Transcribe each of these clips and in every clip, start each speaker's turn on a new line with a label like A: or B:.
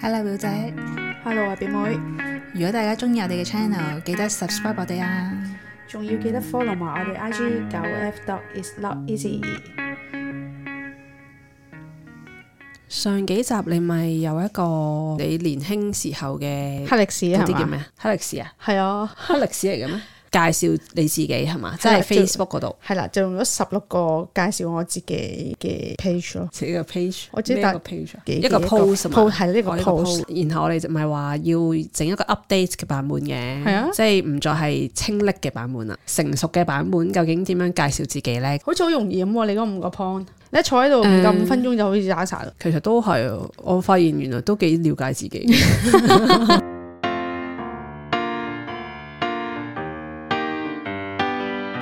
A: Hello 表姐，
B: Hello 啊，表妹，
A: 如果大家中意我哋嘅 channel，記得 subscribe 我哋啊！
B: 仲要記得 follow 埋我哋 IG 九 F dot is not easy。
C: 上幾集你咪有一個你年輕時候嘅
B: 黑歷史
C: 嗰
B: 係
C: 啲叫
B: 嘛？
C: 咩啊？黑歷史啊，
B: 係啊，
C: 黑歷史嚟嘅咩？介紹你自己係嘛？即係
B: 係最
C: Facebook 嗰度
B: 係啦，就用咗十六個介紹我自己嘅 page 咯。
C: 自己個 page，
B: 我知
C: 咩一
B: 但
C: 個 page 啊
B: 幾
C: 一個
B: 幾
C: post 啊嘛
B: post 係呢個
C: 哦一
B: post
C: post 然後我哋就咪話要整一個 update 嘅版本嘅，
B: 係啊
C: 即係唔再係清歷嘅版本啦，成熟嘅版本究竟點樣介紹自己咧？
B: 好似好容易咁喎，你嗰五個 point，你一坐喺度唔夠五分鐘就好似打晒啦。
C: 其實都係，我發現原來都幾了解自 己。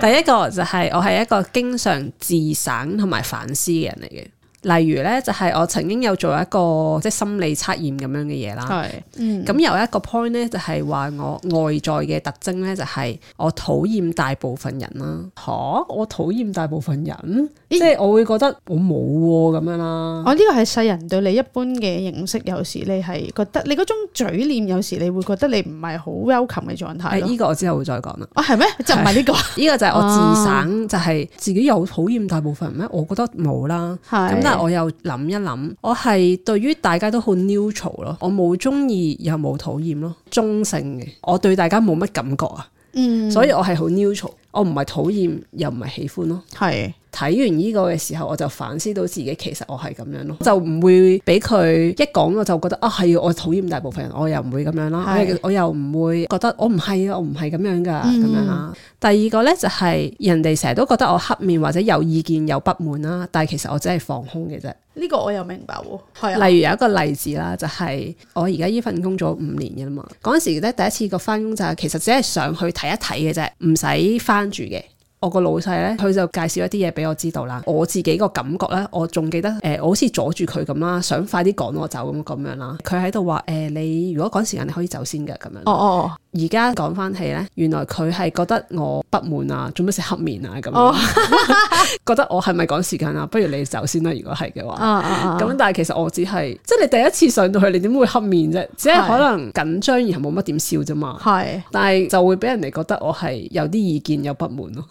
C: 第一個就係我係一個經常自省同埋反思嘅人嚟嘅。例如咧，就係、我曾經有做一個即係心理測驗咁樣嘅嘢啦。
B: 係，嗯，
C: 咁有一個 point 咧，就係話我外在嘅特徵咧，就係我討厭大部分人啦。吓，我討厭大部分人，即係我會覺得我冇喎咁樣啦。
B: 我呢個係世人對你一般嘅認識，有時你係覺得你嗰種嘴臉，有時你會覺得你唔係好 welcome 嘅狀態
C: 誒，
B: 咯。
C: 依個我之後會再講啦。
B: 啊，係咩？就唔係呢個，
C: 依個就係我自
B: 哦
C: 省，就係自己有討厭大部分人咩？我覺得冇啦。
B: 係
C: 咁但係我又諗一諗，我係對於大家都好 neutral 咯，我冇中意又冇討厭咯，中性嘅，我對大家冇乜感覺啊，
B: 嗯，
C: 所以我係好 neutral，我唔係討厭又唔係喜歡咯。
B: 係
C: 睇完呢個嘅時候，我就反思到自己其實我係咁樣咯，就唔會俾佢一講我就覺得啊係啊我討厭大部分人，我又唔會咁樣啦，我
B: 係
C: 又我又唔會覺得我唔係啊，我唔係咁樣噶咁樣啦。第二個呢，就係、人哋成日都覺得我黑面或者有意見有不滿啦，但係其實我只係放空嘅啫。
B: 呢個我又明白喎。係啊，
C: 例如有一個例子啦，就係、我而家呢份工做咗五年嘅啦嘛，嗰陣時咧第一次個翻工就係其實只係上去睇一睇嘅啫，唔使翻住嘅。我個老細咧，佢就介紹一啲嘢俾我知道啦。我自己個感覺咧，我仲記得誒、呃我好似阻住佢咁啦，想快啲趕我走咁咁樣啦。佢喺度話誒，你如果趕時間，你可以走先嘅咁樣。
B: 哦哦
C: 而家講翻起咧，原來佢係覺得我不滿啊，做乜食黑面啊咁樣，
B: 哦
C: 覺得我係咪趕時間啊？不如你走先啦，如果係嘅話
B: 哦，。啊啊啊，
C: 咁但係其實我只係，即係你第一次上到去，你點會黑面啫？只係可能緊張，然後冇乜點笑啫嘛。
B: 係。
C: 但係就會俾人哋覺得我係有啲意見有不滿咯。
B: 呢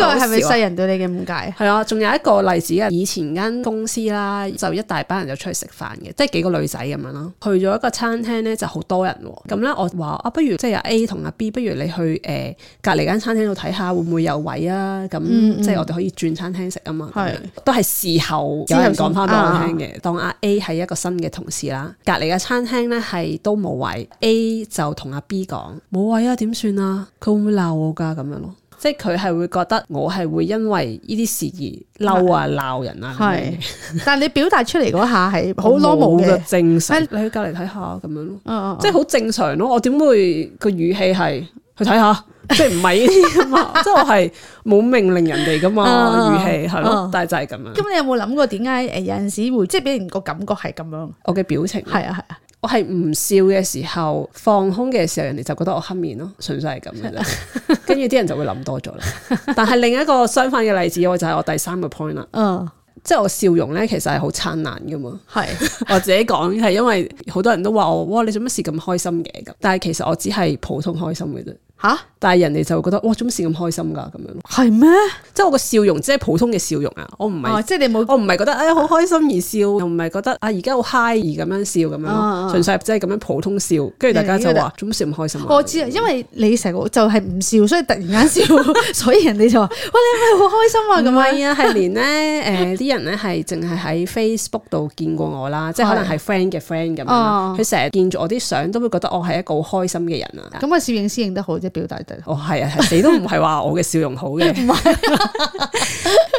B: 個係咪
C: 好笑啊
B: 世人對你嘅誤解？
C: 係啊，仲有一個例子啊，以前間公司啦，就一大班人就出去食飯嘅，即係幾個女仔咁樣啦。去咗一個餐廳咧，就好多人喎。咁咧，我話啊，不如即係阿 A 同阿 B，不如你去誒、呃隔離間餐廳度睇下會唔會有位啊？咁、
B: 嗯嗯
C: 即係我哋可以轉餐廳食啊嘛。咁樣
B: 係
C: 都係事後有人講翻俾我聽
B: 之嗯
C: 嘅。當阿 A 係一個新嘅同事啦，隔離嘅餐廳咧係都冇位，A 就同阿 B 講冇位啊，點算啊？佢會唔會鬧我㗎？咁樣咯。即係佢係會覺得我係會因為呢啲事而嬲啊、鬧人啊，咁樣
B: 係
C: 嘅，
B: 但係你表達出嚟嗰下係好
C: 我冇
B: normal 嘅，
C: 正常。
B: 哎
C: 你去隔離睇下咁樣咯，
B: 嗯嗯，
C: 即係好正常咯。我點會個語氣係去睇 下？即係唔係呢啲啊嘛？即係我係冇命令人哋噶嘛
B: 嗯嗯
C: 語氣係咯
B: 嗯，
C: 但係就係咁樣。
B: 咁你有冇諗過點解誒有陣時會即係俾人個感覺係咁樣？
C: 我嘅表情，
B: 係啊係啊，
C: 我係唔笑嘅時候，放空嘅時候，人哋就覺得我黑面咯，純粹係咁嘅啫。跟住啲人就會諗 多咗啦。但係另一個相反嘅例子，我就係我第三個 point 啦。
B: 嗯
C: 即係我笑容咧，其實係好燦爛 噶嘛。
B: 係
C: 我自己講係因為好多人都話我，哇你做乜事咁開心嘅咁，但係其實我只係普通開心嘅啫。
B: 吓
C: 但係人哋就會覺得哇做乜事咁開心㗎咁樣咯，
B: 啊係咩？
C: 即係我個笑容只係普通嘅笑容啊，我唔係、
B: 哦，即係你冇
C: 我唔係覺得哎呀好開心而笑，又唔係覺得啊而家好 high 而咁樣笑咁樣
B: 啊
C: 咯，
B: 啊
C: 純粹係即係咁樣普通笑，跟住大家
B: 明
C: 就
B: 白
C: 話做乜事咁開心啊？
B: 我知啊，因為你成個就係唔笑，所以突然間笑， 所以人哋就話：喂，你係咪好開心啊？
C: 唔
B: 咁樣
C: 係啊，係連咧誒啲人咧係淨係喺 Facebook 度見過我啦，即係可能係 friend 嘅 friend 咁樣啦
B: 哦。
C: 佢成日見住我啲相，都會覺得我係一個好開心嘅人啊。
B: 咁啊，攝影師影得好啫，表達得
C: 哦，係啊，係你都唔係話我嘅笑容好嘅，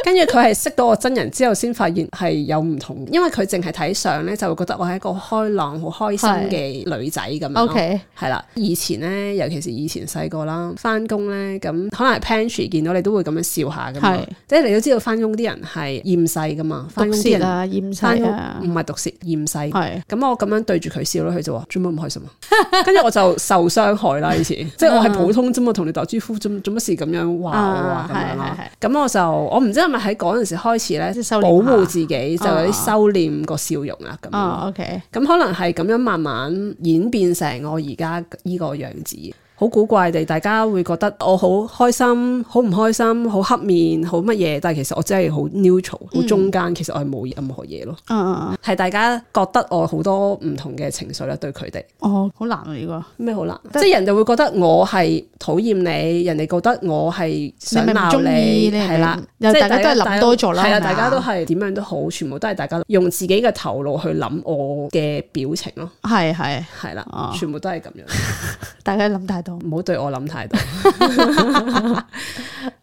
C: 跟住佢係識到我真人之後，先發現係有唔同，因為佢淨係睇相咧，就會覺得我係一個開朗、好開心嘅女仔咁樣咯。
B: OK
C: 係啦，以前咧，尤其是以前細個啦，翻工咧，咁可能係 pantry 見到你都會咁樣笑下噶嘛
B: 係，
C: 即係你都知道翻工啲人係厭世噶嘛，翻
B: 毒
C: 工啲
B: 舌
C: 人
B: 啊，厭
C: 翻
B: 世
C: 工
B: 啊，
C: 唔係毒舌，厭世。
B: 係
C: 咁我咁樣對住佢笑咯，佢就話做乜唔 開心啊？跟住我就受傷害啦，以前即係我係普通啫嘛，同你打招呼做做乜事咁樣話我啊
B: 啊
C: 咁樣啦。
B: 係
C: 咁我就我唔知係係咪喺嗰陣時開始咧
B: 即係收斂
C: 保
B: 下
C: 護自己，就有
B: 啊
C: 啲收斂個笑容啦咁樣。
B: 哦，OK，
C: 咁可能係咁樣慢慢演變成我而家呢個樣子，好古怪地，大家會覺得我好開心、好唔開心、好黑面、好乜嘢，但係其實我真係好 neutral，好中間，其實我係冇任何嘢咯。
B: 嗯，
C: 係大家覺得我好多唔同嘅情緒啦，對佢哋
B: 哦，好難啊呢個，
C: 咩好難，即係人哋會覺得我係討厭你，人哋覺得我係
B: 你
C: 想
B: 咪唔
C: 鬧
B: 中意
C: 你，
B: 你
C: 係啦，
B: 又
C: 即係
B: 大家都係諗多咗啦，
C: 係啦，
B: 咪啊
C: 大家都係點樣都好，全部都係大家用自己嘅頭腦去諗我嘅表情咯。
B: 係係，
C: 系啦，
B: 哦
C: 全部都係咁樣，
B: 大家諗太多，
C: 啊唔好對我諗太 多。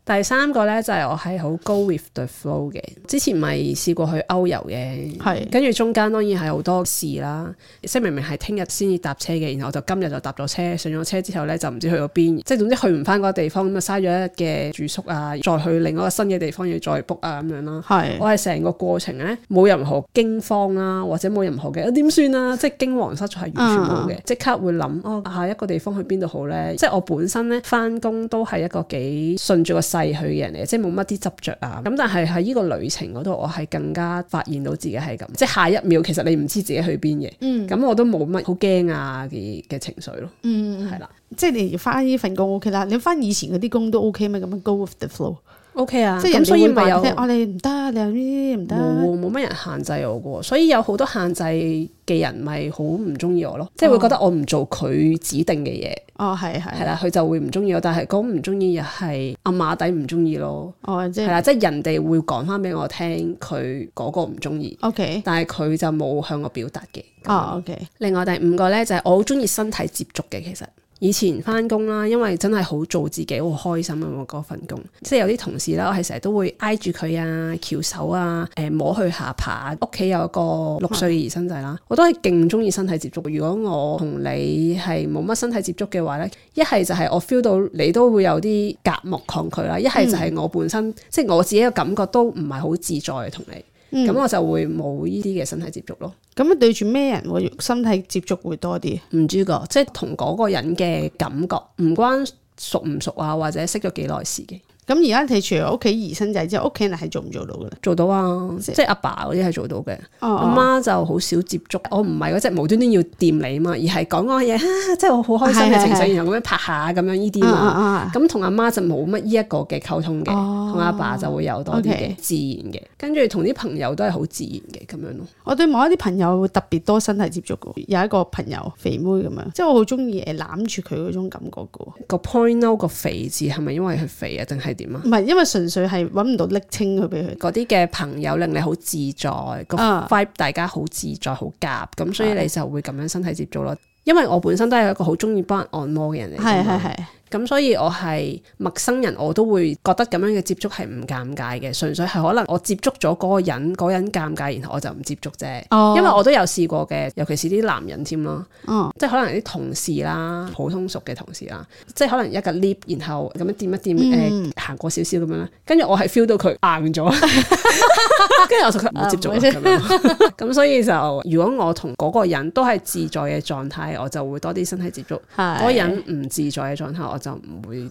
C: 第三個咧就係我係好 go with the flow 嘅，之前咪試過去歐遊嘅，
B: 係
C: 跟住中間當然係好多事啦，即係明明係聽日先至搭車嘅，然後我就今日就搭咗車，上咗車之後咧就唔知去咗邊，即係總之去唔翻嗰個地方咁啊，嘥咗一日嘅住宿啊，再去另外一個新嘅地方要再 book 啊咁樣啦。
B: 係
C: 我係成個過程咧冇任何驚慌啦，或者冇任何嘅啊點算 啊，即係驚惶失措係完全冇嘅，即刻會諗哦下一個地方去邊度好咧？即係我本身咧翻工都係一個幾順住個勢去嘅人嚟，即係冇乜啲執着啊。咁但係喺呢個旅程嗰度，我係更加發現到自己係咁，即係下一秒其實你唔知自己去邊嘅。
B: 嗯
C: 咁我都冇乜好驚啊嘅嘅情緒咯，
B: 嗯，
C: 係啦
B: 即係你翻呢份工 OK 啦，你翻以前嗰啲工都 OK 咩？咁樣 go with the flow，
C: ，OK 啊
B: 即係
C: 咁
B: 人
C: 所以
B: 哋會
C: 咪
B: 話
C: 有
B: 你聽哦，你唔得，你有呢啲唔得，
C: 冇冇乜人限制我嘅喎，所以有好多限制嘅人咪好唔中意我咯，即係會覺得我唔做佢指定嘅嘢，
B: 哦係
C: 係
B: 係，
C: 啦，佢就會唔中意我。但係講唔中意又係阿馬底唔中意咯，
B: 哦即
C: 係
B: 係
C: 啦，即係人哋會講翻俾我聽佢嗰個唔中意，
B: OK，
C: 但係佢就冇向我表達嘅。咁樣
B: 哦 OK，
C: 另外第五個咧就係、我好中意身體接觸嘅，其實。以前翻工啦，因為真係好做自己，好開心啊！我嗰份工，即係有啲同事啦，我係成日都會挨住佢啊，翹手啊，誒、摸佢下巴。屋企有個六歲嘅兒生仔啦，我都係勁中意身體接觸。如果我同你係冇乜身體接觸嘅話咧，一係就係我 feel 到你都會有啲隔膜抗拒啦，一係就係我本身、即係我自己嘅感覺都唔係好自在同你，
B: 嗯
C: 咁、我就會冇呢啲嘅身體接觸咯。
B: 咁啊對住咩人會身體接觸會多啲？
C: 唔知噶，即係同嗰個人嘅感覺唔關熟唔熟啊，或者識咗幾耐事嘅。
B: 咁而家你除咗屋企兒生仔之後，屋企人係做唔做到嘅咧？
C: 做到啊，即係阿爸嗰啲係做到嘅，
B: 哦
C: 阿媽就好少接觸。我唔係嗰只無端端要掂你嘛，而係講嗰嘢， 啊即係我好開心嘅情
B: 係係
C: 緒，
B: 係
C: 然後咁樣拍下咁樣呢啲
B: 啊
C: 嘛。
B: 啊啊！
C: 咁同阿媽就冇乜呢一個嘅溝通嘅，同阿爸就會有多啲嘅
B: OK
C: 自然嘅，跟住同啲朋友都係好自然嘅咁樣咯。
B: 我對某一啲朋友會特別多身體接觸嘅，有一個朋友肥妹咁樣，即係我好中意誒攬住佢嗰種感覺嘅喎，
C: 個 point no 個肥字係咪因為佢肥啊，定係點啊？
B: 唔係因為純粹係揾唔到拎清佢俾佢，
C: 嗰啲嘅朋友令你好自在，個
B: 啊
C: vibe 大家好自在好夾，咁所以你就會咁樣身體接觸咯。因為我本身都係一個好中意幫人按摩嘅人嚟㗎嘛，
B: 係係係，
C: 咁所以我係陌生人，我都會覺得咁樣嘅接觸係唔尷尬嘅，純粹係可能我接觸咗嗰個人，嗰個人尷尬，然後我就唔接觸啫。
B: 哦
C: 因為我都有試過嘅，尤其是啲男人添啦，
B: 哦
C: 即係可能啲同事啦，普通熟嘅同事啦，即係可能一個 lift，然後咁樣掂一掂，誒、行過少少咁樣啦，跟住我係 feel 到佢硬咗， 跟住我就啊佢唔好接觸啦咁樣。咁所以就如果我同嗰個人都係自在嘅狀態，我就會多啲身體接觸。
B: 係
C: 嗰個人唔自在嘅狀態，我就唔會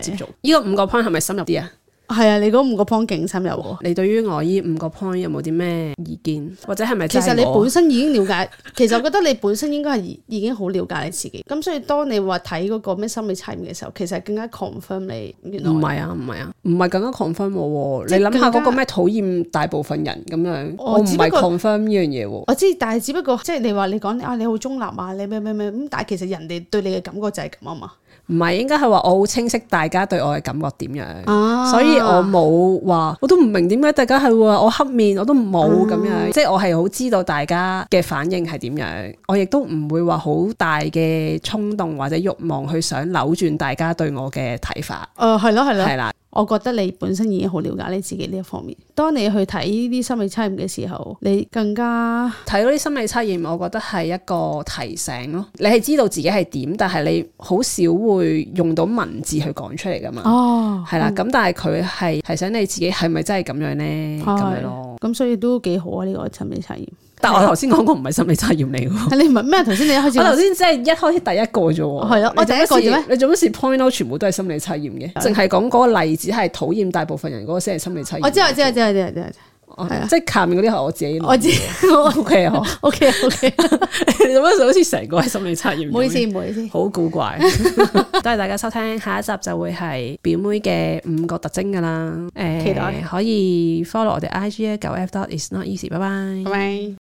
C: 接
B: 係
C: 觸。呢個五個 point 係咪深入啲啊？
B: 係啊！你嗰五個 point 勁深入喎。
C: 你對於我呢五個 point 有冇啲咩意見，或者係咪
B: 其
C: 真係
B: 實你
C: 我
B: 本身已經了解，其實我覺得你本身應該係已已經好了解你自己。咁所以當你話睇嗰個咩心理測驗嘅時候，其實更加 confirm 你原來
C: 唔係啊，唔係啊，唔係更加 confirm 我
B: 即係
C: 喎。你諗
B: 更
C: 下嗰
B: 加
C: 個咩討厭大部分人咁樣，
B: 哦
C: 我唔
B: 只不
C: 係
B: 過
C: confirm 呢樣嘢喎。
B: 我知，但係只不過即係你話你講啊，你好中立啊，你咩咩咩咁，但係其實人哋對你嘅感覺就係咁啊嘛。
C: 唔係應該係話我好清晰大家對我嘅感覺點樣，
B: 啊
C: 所以我冇話我都唔明點解大家係會話我黑面，我都冇
B: 嗯
C: 咁樣，即係我係好知道大家嘅反應係點樣，我亦都唔會話好大嘅衝動或者慾望去想扭轉大家對我嘅睇法，
B: 誒哦係咯係咯，
C: 係啦。
B: 我覺得你本身已經好了解你自己呢一方面。當你去睇呢啲心理測驗嘅時候，你更加
C: 睇嗰啲心理測驗，我覺得係一個提醒咯。你係知道自己係點，但係你好少會用到文字去講出嚟噶嘛。
B: 哦
C: 係啦，咁但係佢
B: 哦
C: 係提醒你自己係咪真係咁樣呢？咁樣咯。
B: 咁所以都幾好啊！呢、個心理測驗，
C: 但我頭先講過唔係心理測驗嚟喎。
B: 你唔係咩？頭先你一開始
C: 我
B: 話
C: 頭先即係一開始第一個啫喎，
B: 係啊咯我
C: 你做
B: 第一個
C: 乜事
B: 啫咩
C: 你做乜事 point out 全部都係心理測驗嘅，淨係講嗰個例子係討厭大部分人嗰個先係心理測驗。
B: 我知我知我知我知我知我知
C: 哦
B: 係啊
C: 即係下面嗰啲係我自 己
B: 我知啊
C: O K 好，
B: ，O K O K，
C: 你做乜事好似成個係心理測驗？
B: 唔好意思，唔好意思，
C: 好古 怪，多謝大家收聽，下一集就會係表妹嘅五個特徵噶啦。誒、
B: 期待
C: 可以 follow 我哋 IG 啊，九 F dot is not easy，拜拜
B: 拜。拜。